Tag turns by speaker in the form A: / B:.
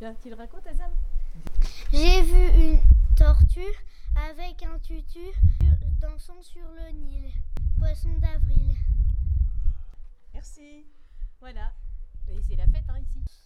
A: Bien, tu le racontes, Azam
B: J'ai vu une tortue avec un tutu dansant sur le Nil. Poisson d'avril.
A: Merci. Voilà. Et c'est la fête, hein, ici.